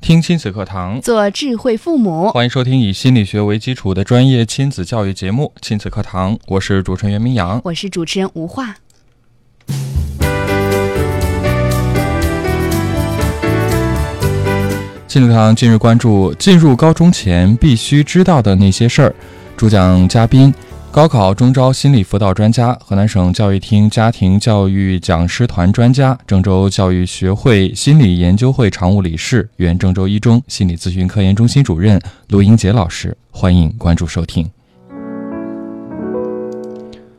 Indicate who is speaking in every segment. Speaker 1: 听亲子课堂，
Speaker 2: 做智慧父母。
Speaker 1: 欢迎收听以心理学为基础的专业亲子教育节目《亲子课堂》，我是主持人袁明阳。
Speaker 2: 我是主持人吴化。
Speaker 1: 亲子课堂近日关注进入高中前必须知道的那些事儿，主讲嘉宾。高考中招心理辅导专家、河南省教育厅家庭教育讲师团专家、郑州教育学会心理研究会常务理事、原郑州一中心理咨询科研中心主任卢英杰老师，欢迎关注收听。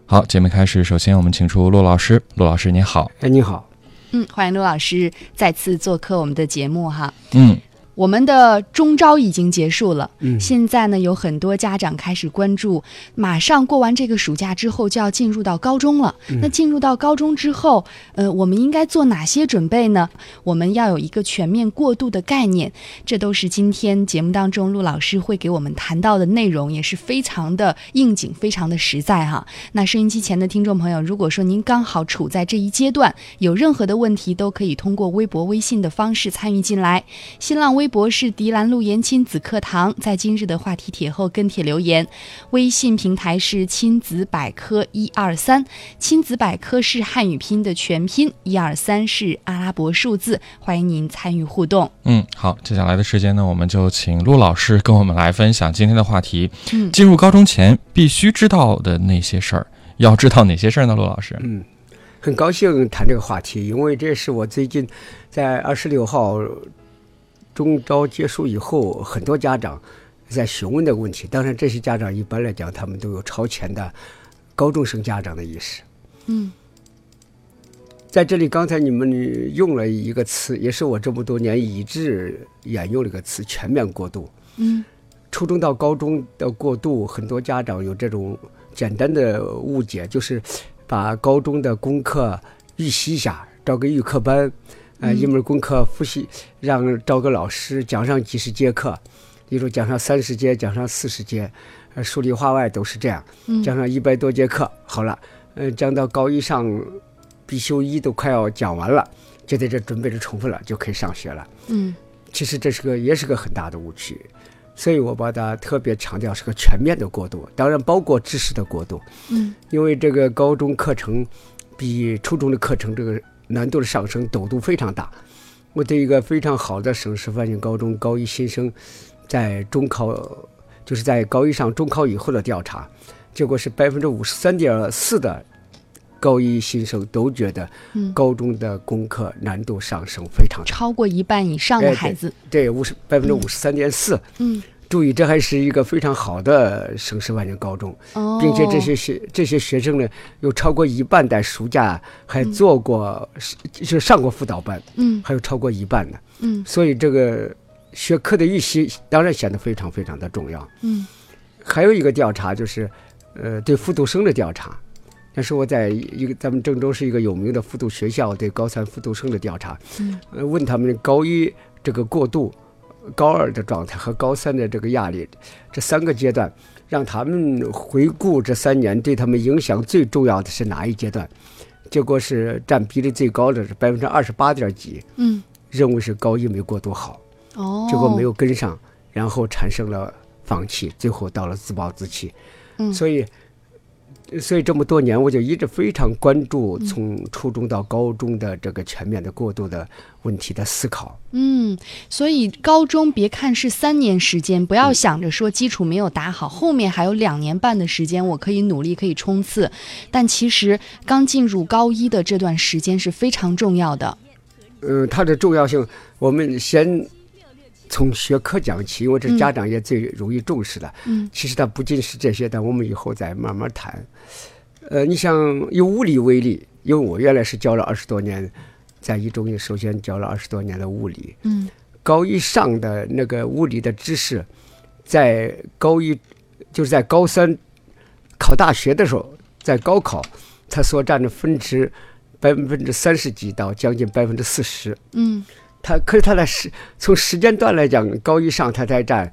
Speaker 1: 好，节目开始，首先我们请出陆老师，陆老师您好，
Speaker 3: 哎，你好，
Speaker 2: 嗯，欢迎陆老师再次做客我们的节目哈。
Speaker 1: 嗯，
Speaker 2: 我们的中招已经结束了，
Speaker 3: 嗯
Speaker 2: 现在呢有很多家长开始关注，马上过完这个暑假之后就要进入到高中了。那进入到高中之后，呃，我们应该做哪些准备呢？我们要有一个全面过渡的概念，这都是今天节目当中陆老师会给我们谈到的内容，也是非常的应景，非常的实在哈。那收音机前的听众朋友，如果说您刚好处在这一阶段，有任何的问题都可以通过微博、微信的方式参与进来。新浪微博是迪兰路言亲子课堂，在今日的话题帖后跟帖留言；微信平台是亲子百科一二三，亲子百科是汉语拼音的全拼，一二三是阿拉伯数字，欢迎您参与互动。
Speaker 1: 嗯，好，接下来的时间呢，我们就请陆老师跟我们来分享今天的话题。
Speaker 2: 嗯
Speaker 1: 进入高中前必须知道的那些事儿，要知道哪些事儿呢？陆老师，
Speaker 3: 嗯，很高兴谈这个话题，因为这是我最近在二十六号中招结束以后，很多家长在询问的问题。当然，这些家长一般来讲，他们都有超前的高中生家长的意识。
Speaker 2: 嗯
Speaker 3: 在这里，刚才你们用了一个词，也是我这么多年一直沿用的一个词——全面过渡。
Speaker 2: 嗯
Speaker 3: 初中到高中的过渡，很多家长有这种简单的误解，就是把高中的功课预习一下，招个预科班，呃，
Speaker 2: 嗯
Speaker 3: 一门功课复习，让招个老师讲上几十节课，例如讲上三十节，讲上四十节，呃，数理化外都是这样，
Speaker 2: 嗯
Speaker 3: 讲上一百多节课，好了，呃，讲到高一上必修一都快要讲完了，就在这准备着重复了，就可以上学了。
Speaker 2: 嗯
Speaker 3: 其实这是个也是个很大的误区，所以我把它特别强调是个全面的过渡，当然包括知识的过渡，
Speaker 2: 嗯
Speaker 3: 因为这个高中课程比初中的课程这个难度的上升陡度非常大。我对一个非常好的省市范县高中高一新生，在中考就是在高一上中考以后的调查，结果是百分之五十三点四的高一新生都觉得
Speaker 2: 嗯，
Speaker 3: 高中的功课难度上升非常大。
Speaker 2: 超过一半以上
Speaker 3: 哎
Speaker 2: 的
Speaker 3: 对
Speaker 2: 孩子，
Speaker 3: 对，五十百分之五十三点四。
Speaker 2: 嗯
Speaker 3: 注意，这还是一个非常好的省市万年高中，
Speaker 2: 哦，
Speaker 3: 并且这些学这些学生呢，有超过一半在暑假还做过，就是上过辅导班，
Speaker 2: 嗯
Speaker 3: 还有超过一半呢。
Speaker 2: 嗯
Speaker 3: 所以这个学科的预习当然显得非常非常的重要。
Speaker 2: 嗯
Speaker 3: 还有一个调查就是，呃，对复读生的调查，那是我在一个咱们郑州市一个有名的复读学校对高三复读生的调查，
Speaker 2: 嗯
Speaker 3: 呃，问他们高一这个过渡、高二的状态和高三的这个压力这三个阶段，让他们回顾这三年对他们影响最重要的是哪一阶段？结果是占比例最高的是百分之二十八点几，
Speaker 2: 嗯
Speaker 3: 认为是高一没过渡好，
Speaker 2: 哦，
Speaker 3: 结果没有跟上，然后产生了放弃，最后到了自暴自弃。
Speaker 2: 嗯，
Speaker 3: 所以，所以这么多年，我就一直非常关
Speaker 2: 嗯
Speaker 3: 注从初中到高中的这个全面的过渡的问题的思考。
Speaker 2: 嗯，所以高中别看是三年时间，不
Speaker 4: 嗯
Speaker 2: 要想着说基础没有打好，后面还有两年半的时间，我可以努力，可以冲刺。但其实刚进入高一的这段时间是非常重要的。
Speaker 3: 嗯，它的重要性，我们先从学科讲起，因为这
Speaker 2: 嗯
Speaker 3: 是家长也最容易重视的。
Speaker 2: 嗯
Speaker 3: 其实它不仅是这些，但我们以后再慢慢谈。呃，你像以物理为例，因为我原来是教了二十多年，在一中一首先教了二十多年的物理，
Speaker 2: 嗯
Speaker 3: 高一上的那个物理的知识，在高一，就是在高三考大学的时候，在高考，它所占的分值百分之三十几到将近百分之四十。
Speaker 4: 嗯
Speaker 3: 它可是它的时从时间段来讲，高一上它才占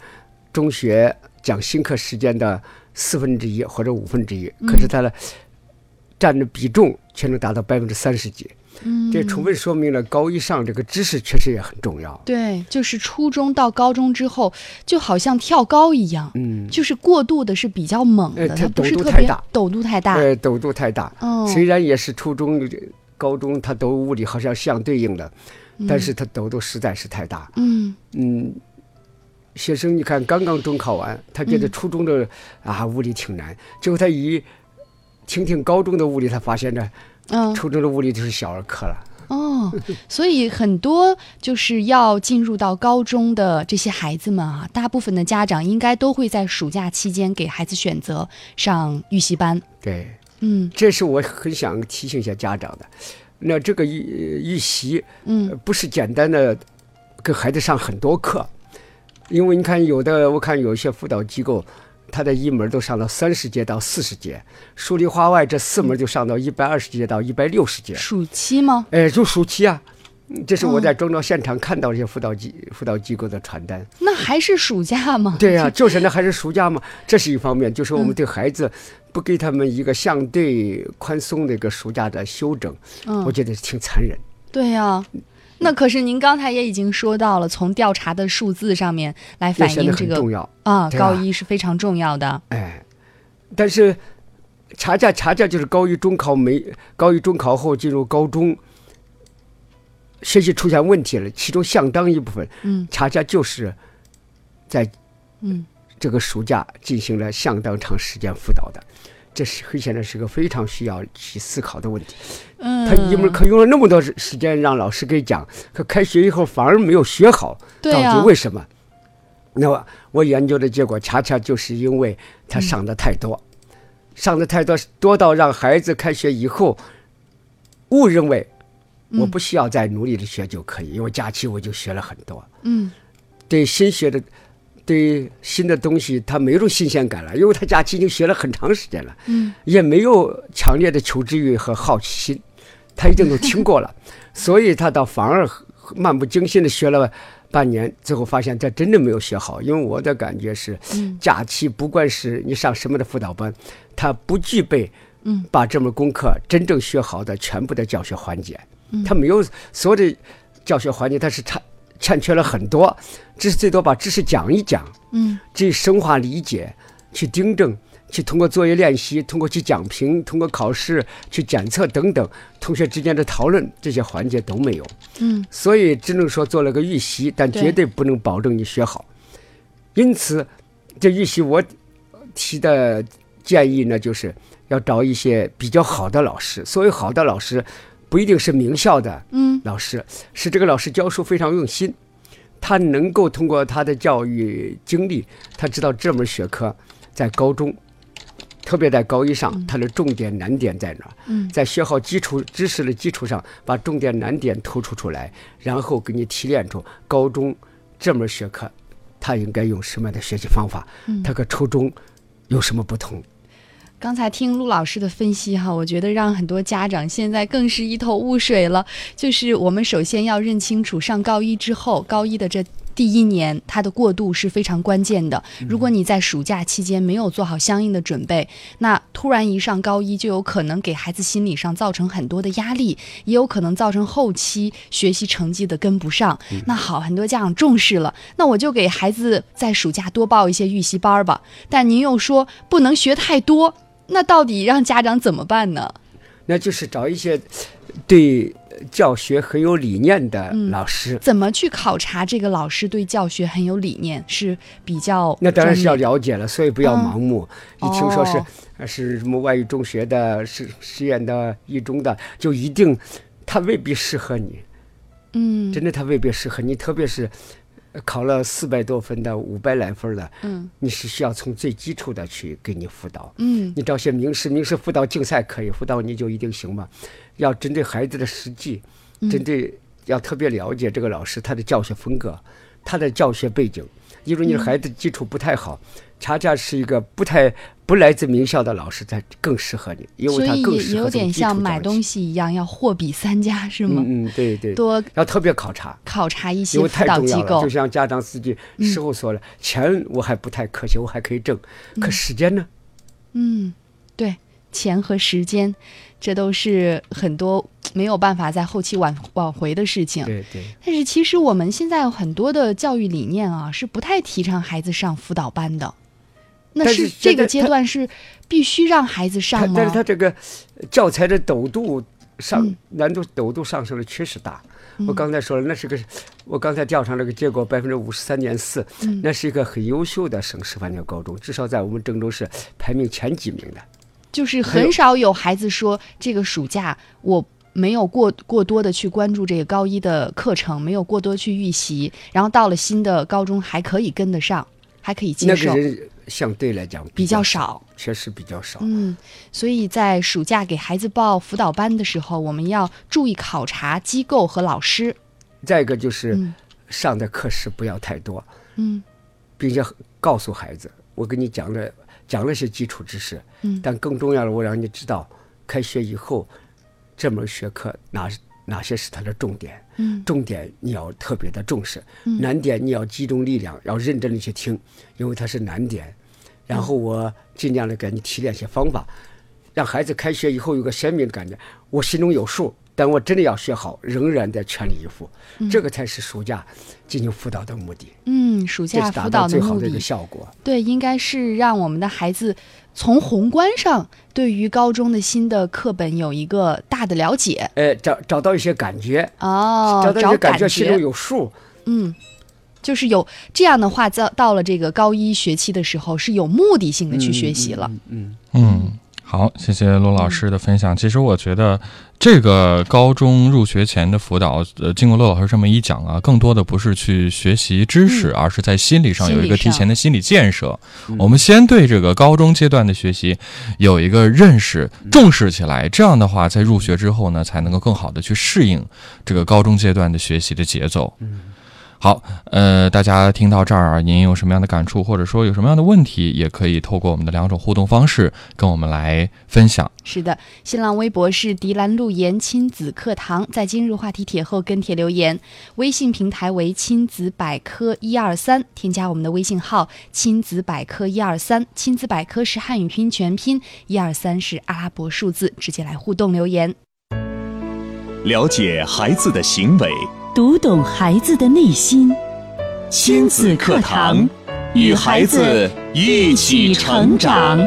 Speaker 3: 中学讲新课时间的四分之一或者五分之一，可
Speaker 4: 嗯
Speaker 3: 是它的占的比重却能达到百分之三十几，
Speaker 4: 嗯，
Speaker 3: 这充分说明了高一上这个知识确实也很重要。
Speaker 4: 对，就是初中到高中之后，就好像跳高一样，
Speaker 3: 嗯，
Speaker 4: 就是过渡的是比较猛的，
Speaker 3: 呃
Speaker 4: 它
Speaker 3: 它
Speaker 4: 不是
Speaker 3: 陡度
Speaker 4: 特
Speaker 3: 太
Speaker 4: 别
Speaker 3: 大
Speaker 4: 陡度太大。
Speaker 3: 呃，陡度太大，
Speaker 4: 哦，
Speaker 2: 嗯
Speaker 3: 虽然也是初中、高中，它都物理好像相对应的，但是它陡度实在是太大。
Speaker 4: 嗯
Speaker 3: 嗯，学生你看刚刚中考完，他觉得
Speaker 4: 嗯
Speaker 3: 初中的、啊物理挺难，结果他一听听高中的物理，他发现呢，
Speaker 4: 嗯
Speaker 3: 初中的物理就是小儿科了。
Speaker 4: 哦，所以很多就是要进入到高中的这些孩子们啊，大部分的家长应该都会在暑假期间给孩子选择上预习班。
Speaker 3: 对，
Speaker 4: 嗯
Speaker 3: 这是我很想提醒一下家长的。那这个预预习
Speaker 4: 嗯
Speaker 3: 不是简单的给孩子上很多课，因为你看有的，我看有一些辅导机构，他的一门都上到三十节到四十节，数理化外这四门就上到一百二十节到一百六十节。
Speaker 4: 暑期吗？
Speaker 3: 哎，就暑期啊，嗯这是我
Speaker 4: 哦
Speaker 3: 在中招现场看到这些辅导机辅导机构的传单。
Speaker 4: 那还是暑假吗？
Speaker 3: 对啊呀、就是那还是暑假嘛，这是一方面，就是我
Speaker 4: 嗯
Speaker 3: 们对孩子不给他们一个相对宽松的一个暑假的休整，我
Speaker 4: 嗯，
Speaker 3: 觉得挺残忍。
Speaker 4: 对呀、那可是您刚才也已经说到了，从调查的数字上面来
Speaker 3: 这
Speaker 4: 反
Speaker 3: 显得
Speaker 4: 映这
Speaker 3: 很
Speaker 4: 个
Speaker 3: 重要，
Speaker 4: 啊，
Speaker 3: 嗯对吧
Speaker 4: 高一是非常重要的。
Speaker 3: 哎，但是查价查价就是高一中考没高一中考后进入高中。学习出现问题了，其中相当一部分
Speaker 4: 嗯
Speaker 3: 查价就是在
Speaker 4: 嗯
Speaker 3: 这个暑假进行了相当长时间辅导的，这是很显然是个非常需要去思考的问题。
Speaker 4: 嗯，
Speaker 3: 他一门课用了那么多时时间让老师给讲，可开学以后反而没有学好，
Speaker 4: 对啊
Speaker 3: 到
Speaker 4: 呀、
Speaker 3: 底为什么？那么我研究的结果，恰恰就是因为他上的太多，上的太多多到让孩子开学以后误认为我不需要再努力的学就可以，因为假期我就学了很多。
Speaker 4: 嗯
Speaker 3: 对新学的、对新的东西，他没有新鲜感了，因为他假期已经学了很长时间了，
Speaker 4: 嗯
Speaker 3: 也没有强烈的求知欲和好奇心，他已经都听过了，所以他倒反而漫不经心的学了半年，最后发现他真的没有学好。因为我的感觉是，
Speaker 4: 嗯
Speaker 3: 假期不管是你上什么的辅导班，他不具备。
Speaker 4: 嗯，
Speaker 3: 把这门功课真正学好的全部的教学环节，
Speaker 4: 嗯
Speaker 3: 他没有所有的教学环节，他是欠欠缺了很多，只是最多把知识讲一讲，
Speaker 4: 嗯
Speaker 3: 至于深化理解，去订正，去通过作业练习，通过去讲评，通过考试去检测等等，同学之间的讨论这些环节都没有，
Speaker 4: 嗯
Speaker 3: 所以只能说做了个预习，但
Speaker 4: 对
Speaker 3: 绝对不能保证你学好。因此，这预习我提的建议呢，就是要找一些比较好的老师。所谓好的老师，不一定是名校的，
Speaker 4: 嗯
Speaker 3: 老师，是这个老师教书非常用心，他能够通过他的教育经历，他知道这门学科在高中，特别在高一上，它的重点难点在哪儿，
Speaker 4: 嗯
Speaker 3: 在学好基础知识的基础上，把重点难点突出出来，然后给你提炼出高中这门学科，他应该用什么样的学习方法，
Speaker 4: 嗯
Speaker 3: 他和初中有什么不同？
Speaker 4: 刚才听陆老师的分析哈，我觉得让很多家长现在更是一头雾水了。就是我们首先要认清楚，上高一之后，高一的这第一年，它的过渡是非常关键的。如果你在暑假期间没有做好相应的准备，那突然一上高一，就有可能给孩子心理上造成很多的压力，也有可能造成后期学习成绩的跟不上。那好，很多家长重视了，那我就给孩子在暑假多报一些预习班儿吧。但您又说不能学太多，那到底让家长怎么办呢？
Speaker 3: 那就是找一些对教学很有理念的
Speaker 4: 嗯
Speaker 3: 老师。
Speaker 4: 怎么去考察这个老师对教学很有理念是比较
Speaker 3: 那当然是要
Speaker 4: 专业
Speaker 3: 了解了，所以不要盲目。
Speaker 4: 嗯
Speaker 3: 一听说是、
Speaker 4: 哦
Speaker 3: 呃是什么外语中学的、是实验的、一中的，就一定他未必适合你，
Speaker 4: 嗯
Speaker 3: 真的他未必适合你。特别是呃考了四百多分的、五百来分的，
Speaker 4: 嗯
Speaker 3: 你是需要从最基础的去给你辅导。
Speaker 4: 嗯
Speaker 3: 你找些名师，名师辅导竞赛可以，辅导你就一定行吗？要针对孩子的实际，
Speaker 4: 嗯
Speaker 3: 针对要特别了解这个老师他的教学风格、他的教学背景，一
Speaker 4: 嗯
Speaker 3: 如你的孩子基础不太好，查查是一个不太不来自名校的老师，他更适合你，因
Speaker 4: 所
Speaker 3: 为他
Speaker 4: 以
Speaker 3: 更
Speaker 4: 也
Speaker 3: 适合
Speaker 4: 有
Speaker 3: 这种
Speaker 4: 点
Speaker 3: 基础
Speaker 4: 像买
Speaker 3: 教育
Speaker 4: 东西一样，要货比三家是吗？
Speaker 3: 嗯嗯，对对，
Speaker 4: 多
Speaker 3: 要特别考察。
Speaker 4: 考察一
Speaker 3: 因
Speaker 4: 些
Speaker 3: 为
Speaker 4: 辅
Speaker 3: 太
Speaker 4: 导
Speaker 3: 重
Speaker 4: 机
Speaker 3: 要了，
Speaker 4: 构嗯
Speaker 3: 就，像家长自己事后说了，钱我还不太客气，我还可以挣，可时间呢？
Speaker 4: 嗯，对，钱和时间，这都是很多没有办法在后期挽挽回的事情。
Speaker 3: 对对，
Speaker 4: 但是其实我们现在有很多的教育理念啊，是不太提倡孩子上辅导班的。那
Speaker 3: 但
Speaker 4: 是
Speaker 3: 是现
Speaker 4: 这个
Speaker 3: 在
Speaker 4: 阶
Speaker 3: 他
Speaker 4: 段是必须让孩子
Speaker 3: 他
Speaker 4: 上吗？
Speaker 3: 但是他这个呃教材的陡度上
Speaker 4: 嗯
Speaker 3: 难度陡度上升的确实大。我刚才说了，那是个我刚才调查了个结果，百分之五十三点四，
Speaker 4: 嗯
Speaker 3: 那是一个很优秀的省示范教高中，至少在我们郑州市排名前几名的。
Speaker 4: 就是很少有孩子说这个暑假我没有过过多的去关注这个高一的课程，没有过多去预习，然后到了新的高中还可以跟得上，还可以接
Speaker 3: 那
Speaker 4: 受，
Speaker 3: 个人相对来讲
Speaker 4: 比较
Speaker 3: 较，
Speaker 4: 少。
Speaker 3: 确实比较少。
Speaker 4: 嗯，所以在暑假给孩子报辅导班的时候，我们要注意考察机构和老师。
Speaker 3: 再一个就是
Speaker 4: 嗯
Speaker 3: 上的课时不要太多，
Speaker 4: 嗯，
Speaker 3: 并且告诉孩子，我跟你讲了讲了些基础知识，
Speaker 4: 嗯
Speaker 3: 但更重要的，我让你知道，开学以后这门学科哪哪些是它的重点，
Speaker 4: 嗯
Speaker 3: 重点你要特别的重视，难点你要集中力量，要认真的去听，因为它是难点。然后我尽量的给你提炼一些方法，让孩子开学以后有个鲜明的感觉，我心中有数，但我真的要学好，仍然得全力以赴，这个才是暑假进行辅导的目的。
Speaker 4: 嗯，暑
Speaker 3: 这
Speaker 4: 假
Speaker 3: 是
Speaker 4: 辅
Speaker 3: 达
Speaker 4: 导
Speaker 3: 到
Speaker 4: 的
Speaker 3: 最
Speaker 4: 目
Speaker 3: 好的一
Speaker 4: 的
Speaker 3: 个效果。
Speaker 4: 对，应该是让我们的孩子从宏观上对于高中的新的课本有一个大的了解。
Speaker 3: 呃，找找到一些感觉，
Speaker 4: 哦，
Speaker 3: 找到一些
Speaker 4: 感
Speaker 3: 觉，心中有数。
Speaker 4: 嗯，就是有这样的话，到到了这个高一学期的时候，是有目的性的去学习了。
Speaker 3: 嗯，
Speaker 1: 嗯，好，谢谢陆老师的分享。其实我觉得这个高中入学前的辅导，呃，经过陆老师这么一讲啊，更多的不是去学习知识，而是在心理上有一个
Speaker 4: 嗯心理上嗯
Speaker 1: 提前的心理建设。我们先对这个高中阶段的学习有一个认识，
Speaker 4: 嗯
Speaker 1: 重视起来。这样的话，在入学之后呢，才能够更好的去适应这个高中阶段的学习的节奏。
Speaker 4: 嗯
Speaker 1: 好，呃，大家听到这儿，啊您有什么样的感触，或者说有什么样的问题，也可以透过我们的两种互动方式跟我们来分享。
Speaker 4: 是的，新浪微博是迪兰路言亲子课堂，在今日话题帖后跟帖留言。微信平台为亲子百科一二三，添加我们的微信号亲子百科一二三，亲子百科是汉语拼音全拼，一二三是阿拉伯数字，直接来互动留言。
Speaker 5: 了解孩子的行为，
Speaker 2: 读懂孩子的内心。
Speaker 5: 亲子课堂，与孩子一起成长。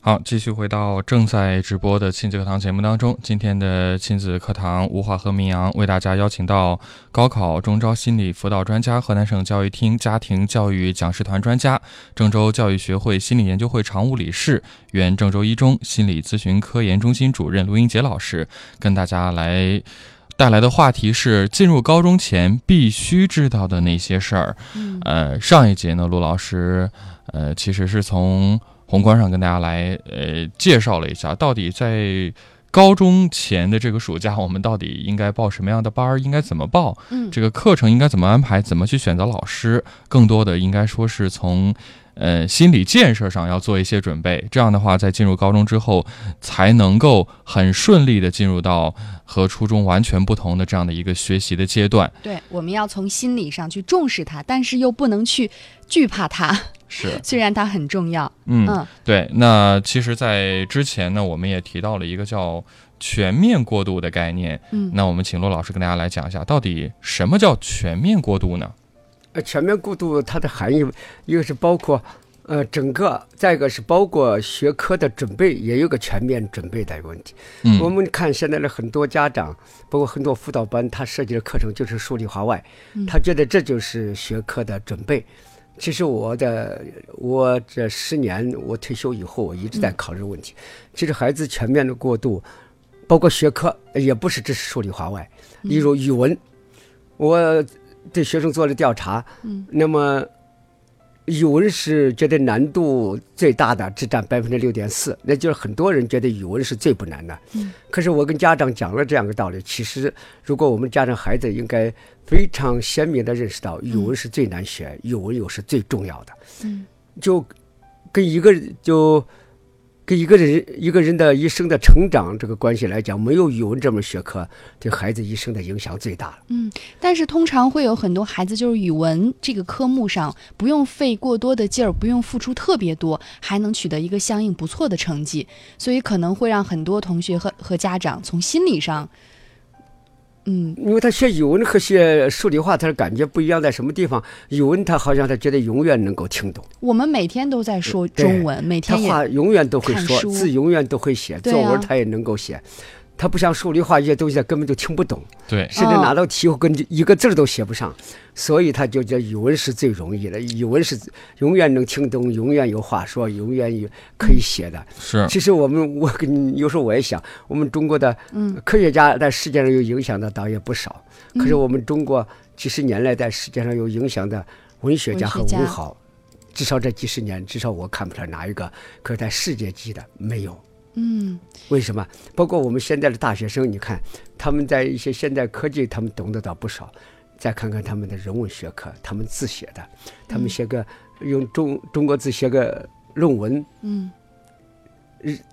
Speaker 1: 好，继续回到正在直播的亲子课堂节目当中。今天的亲子课堂，吴华和明阳为大家邀请到高考中招心理辅导专家、河南省教育厅家庭教育讲师团专家、郑州教育学会心理研究会常务理事、原郑州一中心理咨询科研中心主任卢英杰老师，跟大家来。带来的话题是进入高中前必须知道的那些事儿。
Speaker 4: 嗯
Speaker 1: 呃，上一节呢，卢老师呃，其实是从宏观上跟大家来呃介绍了一下，到底在高中前的这个暑假，我们到底应该报什么样的班儿，应该怎么报，
Speaker 4: 嗯
Speaker 1: 这个课程应该怎么安排，怎么去选择老师，更多的应该说是从。呃，心理建设上要做一些准备，这样的话，在进入高中之后，才能够很顺利的进入到和初中完全不同的这样的一个学习的阶段。
Speaker 4: 对，我们要从心理上去重视它，但是又不能去惧怕它，
Speaker 1: 是，
Speaker 4: 虽然它很重要。
Speaker 1: 嗯，
Speaker 4: 嗯
Speaker 1: 对，那其实，在之前呢，我们也提到了一个叫全面过渡的概念。
Speaker 4: 嗯
Speaker 1: 那我们请陆老师跟大家来讲一下，到底什么叫全面过渡呢？
Speaker 3: 呃，全面过渡它的含义，一个是包括呃整个，再一个是包括学科的准备，也有个全面准备的问题。
Speaker 1: 嗯
Speaker 3: 我们看现在的很多家长，包括很多辅导班，他设计的课程就是数理化外，他觉得这就是学科的准备。其实我的我这十年，我退休以后，我一直在考虑这个问题。其实孩子全面的过渡，包括学科，也不是只是数理化外，例如
Speaker 4: 嗯
Speaker 3: 语文，我对学生做了调查，那么语文是觉得难度最大的，只占百分之六点四，那就是很多人觉得语文是最不难的。
Speaker 4: 嗯
Speaker 3: 可是我跟家长讲了这样一个道理，其实如果我们家长孩子应该非常鲜明地认识到，语文是最难学，语文又是最重要的。
Speaker 4: 嗯
Speaker 3: 就跟一个就跟一个人一个人的一生的成长这个关系来讲，没有语文这门学科对孩子一生的影响最大了。
Speaker 4: 嗯，但是通常会有很多孩子就是语文这个科目上不用费过多的劲儿，不用付出特别多，还能取得一个相应不错的成绩，所以可能会让很多同学和和家长从心理上，嗯
Speaker 3: 因为他学语文和学数理化，他的感觉不一样，在什么地方？语文他好像他觉得永远能够听懂，
Speaker 4: 我们每天都在说
Speaker 3: 对
Speaker 4: 中文，每
Speaker 3: 他
Speaker 4: 天也
Speaker 3: 话永远都会
Speaker 4: 看
Speaker 3: 说，
Speaker 4: 书
Speaker 3: 字永远都会写，
Speaker 4: 对
Speaker 3: 作文
Speaker 4: 啊
Speaker 3: 他也能够写。他不像数理化一些东西，他根本就听不懂，
Speaker 1: 对，
Speaker 3: 甚至
Speaker 4: 哦
Speaker 3: 拿到题后跟一个字儿都写不上，所以他就觉得语文是最容易的，语文是永远能听懂，永远有话说，永远有可以写的。
Speaker 1: 是
Speaker 3: 其实我们我跟有时候我也想，我们中国的
Speaker 4: 嗯
Speaker 3: 科学家在世界上有影响的倒也不少，可是我们中国几十年来在世界上有影响的文学家和
Speaker 4: 文学家
Speaker 3: 文豪，至少这几十年，至少我看不出来哪一个可是在世界级的没有。
Speaker 4: 嗯
Speaker 3: 为什么？包括我们现在的大学生，你看他们在一些现代科技，他们懂得倒不少。再看看他们的人文学科，他们自写的，他们写个、用中中国字写个论文，
Speaker 4: 嗯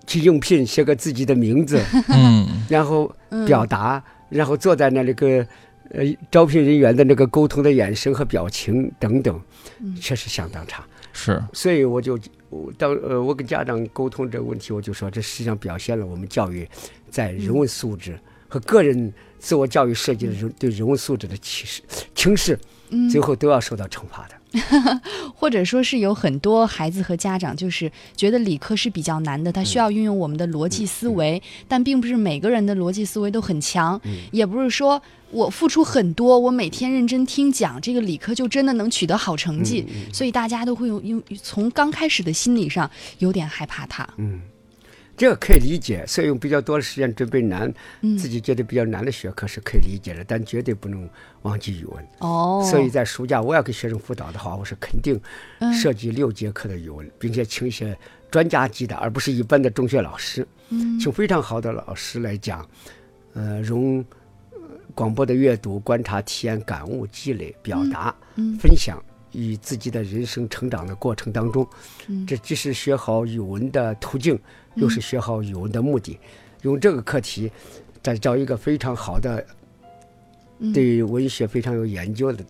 Speaker 3: 去应聘，写个自己的名 字，
Speaker 1: 嗯
Speaker 3: 然后
Speaker 4: 嗯，
Speaker 3: 表达，然后坐在那里跟呃招聘人员的那个沟通的眼神和表情等等，
Speaker 4: 嗯
Speaker 3: 确实相当差。
Speaker 1: 是
Speaker 3: 所以我就我当呃我跟家长沟通这个问题，我就说这实际上表现了我们教育在
Speaker 4: 嗯
Speaker 3: 人文素质和个人自我教育设计的人对人文素质的歧视轻视，
Speaker 4: 嗯
Speaker 3: 最后都要受到惩罚的。
Speaker 4: 或者说是有很多孩子和家长就是觉得理科是比较难的，他需要运用我们的逻辑思
Speaker 3: 嗯
Speaker 4: 维，但并不是每个人的逻辑思维都很强，也不是说我付出很多，我每天认真听讲，这个理科就真的能取得好成绩，
Speaker 3: 嗯
Speaker 4: 所以大家都会用用从刚开始的心理上有点害怕它。
Speaker 3: 嗯这个可以理解，所以用比较多的时间准备难，
Speaker 4: 嗯
Speaker 3: 自己觉得比较难的学科是可以理解的，但绝对不能忘记语文。
Speaker 4: 哦，
Speaker 3: 所以在暑假我要给学生辅导的话，我是肯定
Speaker 4: 嗯
Speaker 3: 设计六节课的语文，并且请一些专家级的，而不是一般的中学老师，
Speaker 4: 嗯
Speaker 3: 请非常好的老师来讲，呃，融呃广播的阅读、观察、体验、感悟、积累、表达、
Speaker 4: 嗯
Speaker 3: 分享。与自己的人生成长的过程当中，
Speaker 4: 嗯
Speaker 3: 这既是学好语文的途径，又是学好语文的目
Speaker 4: 嗯
Speaker 3: 的。用这个课题，再找一个非常好的
Speaker 4: 嗯
Speaker 3: 对文学非常有研究的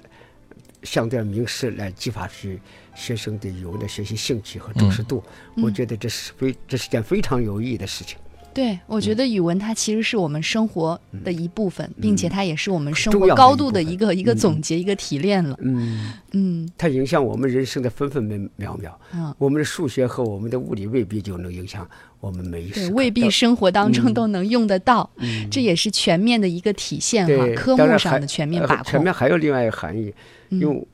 Speaker 3: 相对名师来激发出学生对语文的学习兴趣和重视度，我
Speaker 4: 嗯
Speaker 3: 觉得这是非这是件非常有意义的事情，
Speaker 4: 对，我觉得语文它其实是我们生活的一部分，并且它也是我们生
Speaker 3: 嗯重
Speaker 4: 活
Speaker 3: 要的
Speaker 4: 高
Speaker 3: 一
Speaker 4: 度
Speaker 3: 部
Speaker 4: 的
Speaker 3: 分
Speaker 4: 一个一个总结、一个提炼了。
Speaker 3: 嗯，
Speaker 4: 嗯
Speaker 3: 它影响我们人生的分分秒秒。
Speaker 4: 嗯，
Speaker 3: 我们的数学和我们的物理未必就能影响我们每一时
Speaker 4: 对，
Speaker 3: 刻
Speaker 4: 未必
Speaker 3: 当
Speaker 4: 生活当中都能用得到，
Speaker 3: 嗯
Speaker 4: 这也是全面的一个体现嗯哈
Speaker 3: 对，，
Speaker 4: 科
Speaker 3: 当
Speaker 4: 目
Speaker 3: 然
Speaker 4: 上
Speaker 3: 还
Speaker 4: 的全面
Speaker 3: 呃
Speaker 4: 把控。
Speaker 3: 全面还有另外一个含义，
Speaker 4: 嗯
Speaker 3: 因为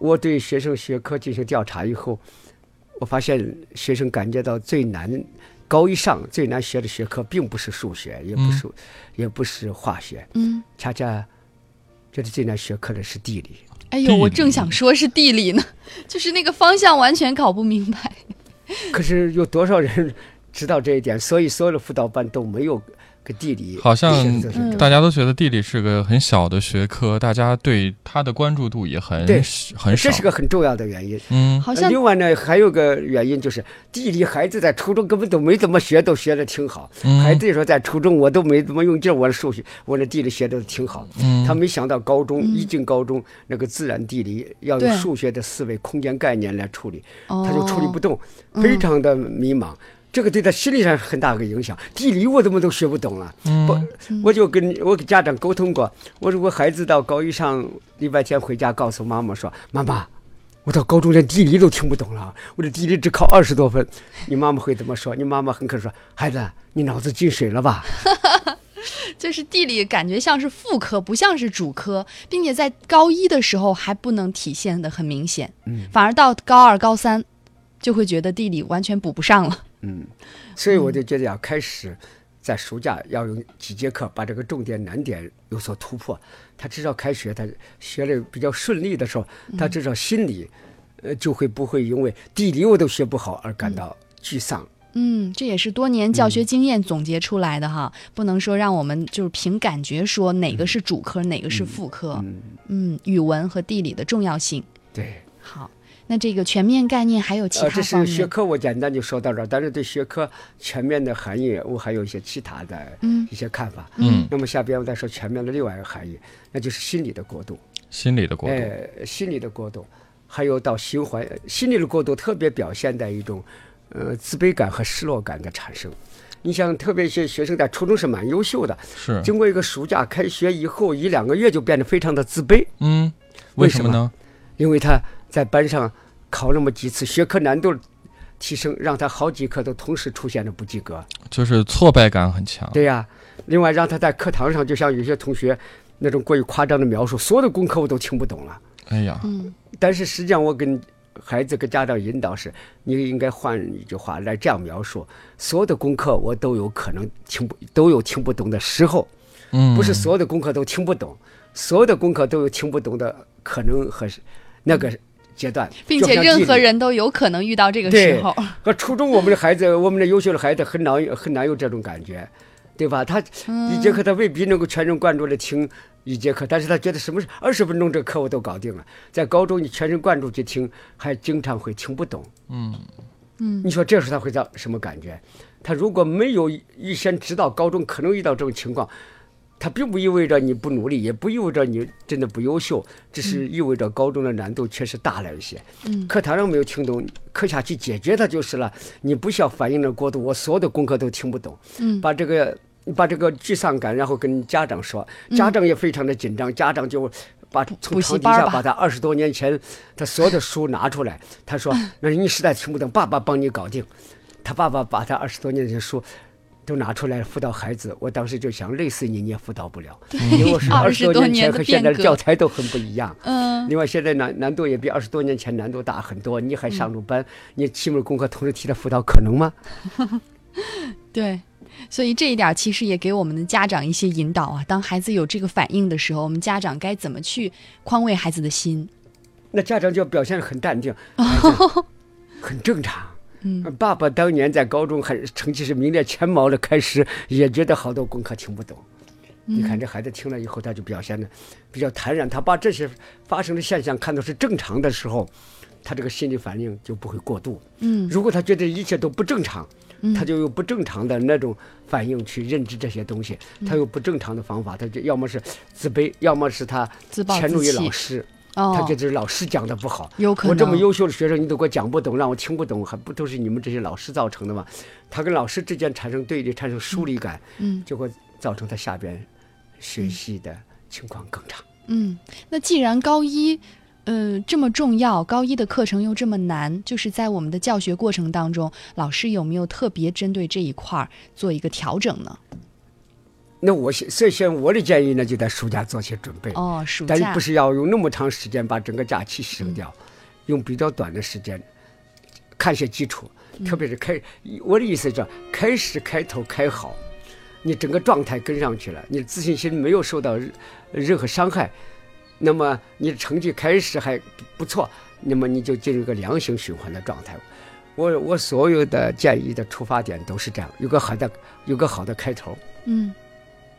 Speaker 3: 我对学生学科进行调查以后，我发现学生感觉到最难。高一上最难学的学科，并不是数学，也
Speaker 1: 嗯
Speaker 3: 不是，也不是化学，
Speaker 4: 嗯，
Speaker 3: 恰恰觉得最难学科的是地理。
Speaker 4: 哎
Speaker 1: 地
Speaker 4: 呦，我
Speaker 1: 理
Speaker 4: 正想说是地理呢，就是那个方向完全搞不明白。
Speaker 3: 可是有多少人知道这一点？所以所有的辅导班都没有跟地理
Speaker 1: 好像
Speaker 3: 学得这么
Speaker 4: 嗯
Speaker 1: 大家都觉得地理是个很小的学科，大家对它的关注度也很
Speaker 3: 对
Speaker 1: 很少
Speaker 3: 这。是个很重要的原因。
Speaker 1: 嗯，
Speaker 4: 好像
Speaker 3: 呃另外呢，还有个原因就是地理孩子在初中根本都没怎么学，都学得挺好。
Speaker 1: 嗯
Speaker 3: 孩子说在初中我都没怎么用劲儿，我的数学、我的地理学得挺好。
Speaker 1: 嗯
Speaker 3: 他没想到高中、一进高中，那个自然地理要
Speaker 4: 对
Speaker 3: 用数学的思维、空间概念来处理，
Speaker 4: 哦，嗯
Speaker 3: 他就处理不动，非常的迷茫。这个对他心理上很大个影响，地理我怎么都学不懂了。啊
Speaker 1: 嗯
Speaker 3: 不，我就跟我跟家长沟通过，我说我孩子到高一上礼拜天回家，告诉妈妈说，妈妈，我到高中连地理都听不懂了，我的地理只考二十多分。你妈妈会怎么说？你妈妈很可能说，孩子，你脑子进水了吧？
Speaker 4: 就是地理感觉像是副科，不像是主科，并且在高一的时候还不能体现的很明显，嗯，反而到高二、高三就会觉得地理完全补不上了。
Speaker 3: 嗯所以我就觉得要开始在暑假要有几节课把这个重点难点有所突破。他至少开学他学的比较顺利的时候，他至少心里呃，就会不会因为地理我都学不好而感到沮丧。
Speaker 4: 嗯，这也是多年教
Speaker 3: 嗯
Speaker 4: 学经验总结出来的哈，不能说让我们就是凭感觉说哪个是主科，哪个是副科。
Speaker 3: 嗯，
Speaker 4: 嗯，语文和地理的重要性。
Speaker 3: 对，
Speaker 4: 好，那这个全面概念还有其
Speaker 3: 呃，
Speaker 4: 他
Speaker 3: 这
Speaker 4: 方
Speaker 3: 是
Speaker 4: 面？
Speaker 3: 学科，我简单就说到这儿。但是对学科全面的含义，我还有一些其他的
Speaker 4: 嗯
Speaker 3: 一些看法。
Speaker 1: 嗯，
Speaker 3: 那么下边我再说全面的另外一个含义，那就是心理的国度。
Speaker 1: 心理的国度，
Speaker 3: 呃，心理的过渡，还有到循环，心理的过渡特别表现在一种，呃，自卑感和失落感的产生。你像，特别一些学生在初中是蛮优秀的，
Speaker 1: 是，
Speaker 3: 经过一个暑假开学以后一两个月就变得非常的自卑，
Speaker 1: 嗯，为
Speaker 3: 为
Speaker 1: 什
Speaker 3: 什
Speaker 1: 么
Speaker 3: 么
Speaker 1: 呢？
Speaker 3: 因为他在班上考那么几次，学科难度提升，让他好几科都同时出现了不及格。
Speaker 1: 就是挫败感很强。
Speaker 3: 对呀、另外让他在课堂上，就像有些同学那种过于夸张的描述，所有的功课我都听不懂了。
Speaker 1: 哎呀，
Speaker 4: 嗯
Speaker 3: 但是实际上，我跟孩子跟家长引导是，你应该换一句话来这样描述：所有的功课我都有可能听不都有听不懂的时候，
Speaker 1: 嗯，
Speaker 3: 不是所有的功课都听不懂，所有的功课都有听不懂的可能和是那个阶段，
Speaker 4: 并
Speaker 3: 就
Speaker 4: 且
Speaker 3: 像
Speaker 4: 任何
Speaker 3: 地理
Speaker 4: 人都有可能遇到这个时候。
Speaker 3: 和初中我们的孩子，我们的优秀的孩子很难很难有这种感觉，对吧？他
Speaker 4: 嗯
Speaker 3: 一节课他未必能够全神贯注的听一节课，但是他觉得什么是二十分钟这课我都搞定了。在高中你全神贯注去听，还经常会听不懂。嗯嗯，你说这时候他会到什么感觉？他如果没有预先指导，高中可能遇到这种情况。它并不意味着你不努力，也不意味着你真的不优秀，只是意味着高中的难度确实大了一些。
Speaker 4: 嗯
Speaker 3: 课堂上没有听懂，课下去解决它就是了。你不需要反应的过度，我所有的功课都听不懂，
Speaker 4: 嗯
Speaker 3: 把这个把这个沮丧感，然后跟家长说，家长也非常的紧张，家长就把从
Speaker 4: 嗯补习
Speaker 3: 床底
Speaker 4: 班
Speaker 3: 下
Speaker 4: 吧
Speaker 3: 把他二十多年前他所有的书拿出 来，他说：“那你实在听不懂，爸爸帮你搞定。”他爸爸把他二十多年前的书。都拿出来辅导孩子，我当时就想，类似你你也辅导不了，因为是二十
Speaker 4: 20多
Speaker 3: 多
Speaker 4: 年
Speaker 3: 年前
Speaker 4: 的
Speaker 3: 和现
Speaker 4: 变
Speaker 3: 在的
Speaker 4: 革
Speaker 3: 教材都很不一样。
Speaker 4: 嗯
Speaker 3: 另外，现在难难度也比二十多年前难度大很多。你还上着班，你七门功课同时提的辅导可能吗？
Speaker 4: 对，所以这一点儿其实也给我们的家长一些引导啊。当孩子有这个反应的时候，我们家长该怎么去宽慰孩子的心？
Speaker 3: 那家长就要表现得很淡定，孩子很正常。
Speaker 4: 哦
Speaker 3: 呃
Speaker 4: 嗯，
Speaker 3: 爸爸当年在高中很成绩是名列前茅的，开始也觉得好多功课听不懂。
Speaker 4: 嗯
Speaker 3: 你看这孩子听了以后，他就表现的比较坦然，他把这些发生的现象看作是正常的时候，他这个心理反应就不会过度。
Speaker 4: 嗯
Speaker 3: 如果他觉得一切都不正常，他就有不正常的那种反应去认知这些东西，
Speaker 4: 嗯
Speaker 3: 他有不正常的方法，他就要么是自卑，要么是他
Speaker 4: 自暴
Speaker 3: 迁怒
Speaker 4: 自
Speaker 3: 于
Speaker 4: 弃
Speaker 3: 老师，他
Speaker 4: 哦
Speaker 3: 觉，得老师讲的不好。
Speaker 4: 有可能
Speaker 3: 我这么优秀的学生，你都给我讲不懂，让我听不懂，还不都是你们这些老师造成的吗？他跟老师之间产生对立，产生疏离感，
Speaker 4: 嗯
Speaker 3: 就会造成他下边学习的情况更差。
Speaker 4: 嗯。那既然高一，呃，这么重要，高一的课程又这么难，就是在我们的教学过程当中，老师有没有特别针对这一块儿做一个调整呢？
Speaker 3: 那我现所以现在我的建议呢，就在暑假做些准备。
Speaker 4: 哦，暑
Speaker 3: 但是
Speaker 4: 假嗯
Speaker 3: 不是要用那么长时间把整个假期省掉，用比较短的时间看些基础，
Speaker 4: 嗯
Speaker 3: 特别是开，我的意思是开始开头开好，你整个状态跟上去了，你的自信心没有受到任任何伤害，那么你的成绩开始还不错，那么你就进入一个良性循环的状态。我我所有的建议的出发点都是这样，有个好的有个好的开头，
Speaker 4: 嗯，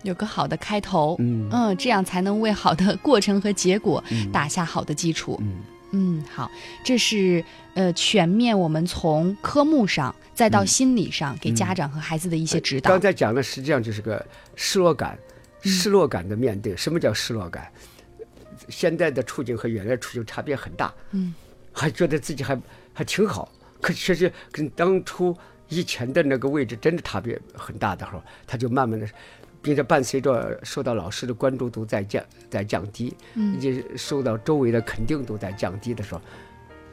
Speaker 4: 有个好的开头，
Speaker 3: 嗯
Speaker 4: 嗯，这样才能为好的过程和结果打下好的基础。
Speaker 3: 嗯
Speaker 4: 嗯，好，这是呃全面我们从科目上再到心理上给家长和孩子的一些指
Speaker 3: 嗯
Speaker 4: 导
Speaker 3: 哎呃
Speaker 4: 嗯
Speaker 3: 刚。才讲的实际上就是个失落感，失落感的面对。什么叫失落感？现在的处境和原来处境差别很大。
Speaker 4: 嗯，
Speaker 3: 还觉得自己还还挺好，可确实跟当初以前的那个位置真的差别很大的时候，他就慢慢的。并且伴随着受到老师的关注度在降在降低，
Speaker 4: 嗯
Speaker 3: 以及受到周围的肯定度在降低的时候，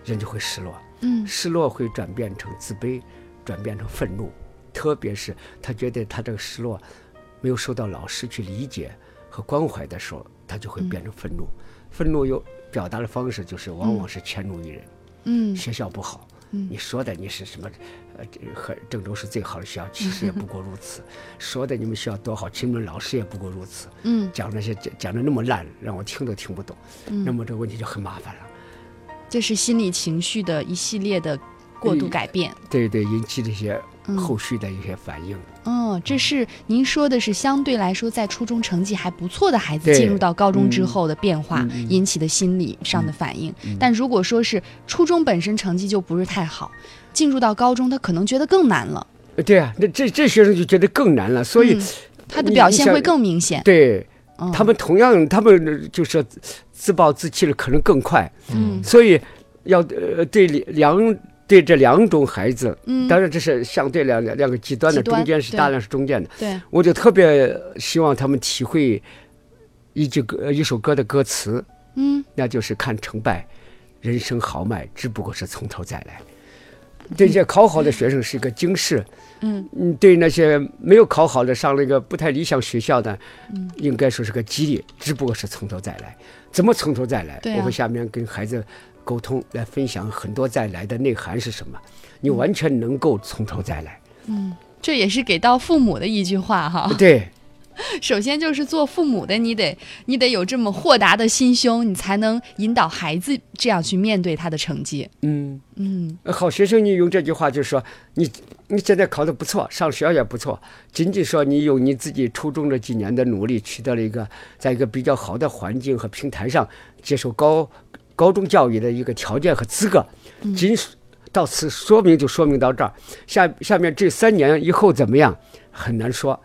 Speaker 3: 人就会失落。
Speaker 4: 嗯
Speaker 3: 失落会转变成自卑，转变成愤怒，特别是他觉得他这个失落没有受到老师去理解和关怀的时候，他就会变成愤怒。愤怒有表达的方式就是往往是迁怒于人，
Speaker 4: 嗯
Speaker 3: 学校不好。你说的你是什么？呃，这和郑州是最好的学校，其实也不过如 此。说的你们学校多好，秦门老师也不过如此。
Speaker 4: 嗯嗯
Speaker 3: 讲那些讲讲的那么烂，让我听都听不懂，那么这个问题就很麻烦了。
Speaker 4: 这是心理情绪的一系列的过
Speaker 3: 嗯
Speaker 4: 度改变。
Speaker 3: 对对，引起的一些
Speaker 4: 嗯
Speaker 3: 后续的一些反应。
Speaker 4: 嗯，这是您说的是相对来说在初中成绩还不错的孩子
Speaker 3: 对
Speaker 4: 进入到高中之后的变化
Speaker 3: 嗯嗯
Speaker 4: 引起的心理上的反应。
Speaker 3: 嗯
Speaker 4: 但如果说是初中本身成绩就不是太好，进入到高中他可能觉得更难了，
Speaker 3: 呃对啊，那这这学生就觉得更难了，所以、
Speaker 4: 嗯他的
Speaker 3: 你
Speaker 4: 表
Speaker 3: 你
Speaker 4: 现
Speaker 3: 想
Speaker 4: 会更明显。
Speaker 3: 对
Speaker 4: 嗯
Speaker 3: 他们同样，他们就是自暴自弃了，可能更快。
Speaker 4: 嗯
Speaker 3: 所以要呃对两对这两种孩子，
Speaker 4: 嗯，
Speaker 3: 当然这是相对两两两个极端的，
Speaker 4: 极端
Speaker 3: 中间是
Speaker 4: 对
Speaker 3: 大量是中间的。
Speaker 4: 对，
Speaker 3: 我就特别希望他们体会一句歌一首歌的歌词，
Speaker 4: 嗯
Speaker 3: 那就是看成败，人生豪迈只不过是从头再来。对这些考好的学生是一个警示，
Speaker 4: 嗯
Speaker 3: 嗯，对那些没有考好的上了一个不太理想学校的，
Speaker 4: 嗯
Speaker 3: 应该说是个激励，只不过是从头再来。怎么从头再来？
Speaker 4: 对啊
Speaker 3: 我们下面跟孩子沟通来分享很多再来的内涵是什么，你完全能够从头再来。
Speaker 4: 嗯，这也是给到父母的一句话哈。
Speaker 3: 对，
Speaker 4: 首先就是做父母的，你得你得有这么豁达的心胸，你才能引导孩子这样去面对他的成绩。
Speaker 3: 嗯。
Speaker 4: 嗯
Speaker 3: 呃好学生，你用这句话就是说，你你现在考得不错，上学也不错，仅仅说你有你自己初中这几年的努力，取得了一个在一个比较好的环境和平台上接受高高中教育的一个条件和资格，仅到此说明就说明到这儿。下下面这三年以后怎么样很难说。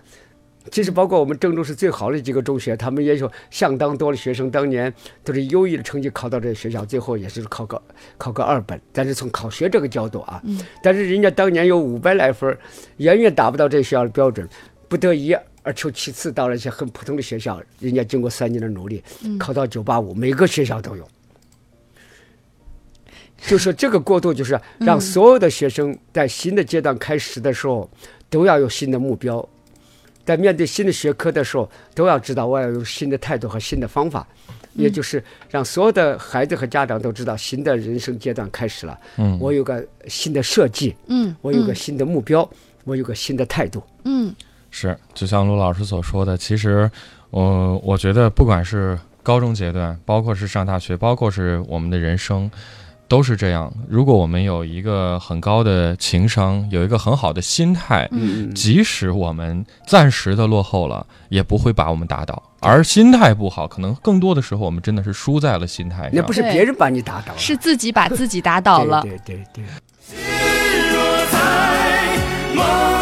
Speaker 3: 其实包括我们郑州市最好的几个中学，他们也有相当多的学生，当年都是优异的成绩考到这学校，最后也是考个考个二本。但是从考学这个角度啊，但是人家当年有五百来分儿，远远达不到这学校的标准，不得已而求其次，到了一些很普通的学校，人家经过三年的努力，考到九八五，每个学校都有。就说这个过渡，就是让所有的学生在新的阶段开始的时候，都要有新的目标，在面对新的学科的时候，都要知道我要有新的态度和新的方法，
Speaker 4: 嗯
Speaker 3: 也就是让所有的孩子和家长都知道新的人生阶段开始了。
Speaker 1: 嗯
Speaker 3: 我有个新的设计，
Speaker 4: 嗯，
Speaker 3: 我有个
Speaker 4: 嗯
Speaker 3: 新的目标，我有个新的态度。
Speaker 4: 嗯
Speaker 1: 是，就像卢老师所说的，其实，呃，我觉得不管是高中阶段，包括是上大学，包括是我们的人生，都是这样。如果我们有一个很高的情商，有一个很好的心态，
Speaker 3: 嗯
Speaker 1: 即使我们暂时的落后了，也不会把我们打倒。而心态不好，可能更多的时候我们真的是输在了心态上。
Speaker 3: 那不是别人把你打倒了，
Speaker 4: 是自己把自己打倒了。
Speaker 3: 对对对对。
Speaker 5: 若在梦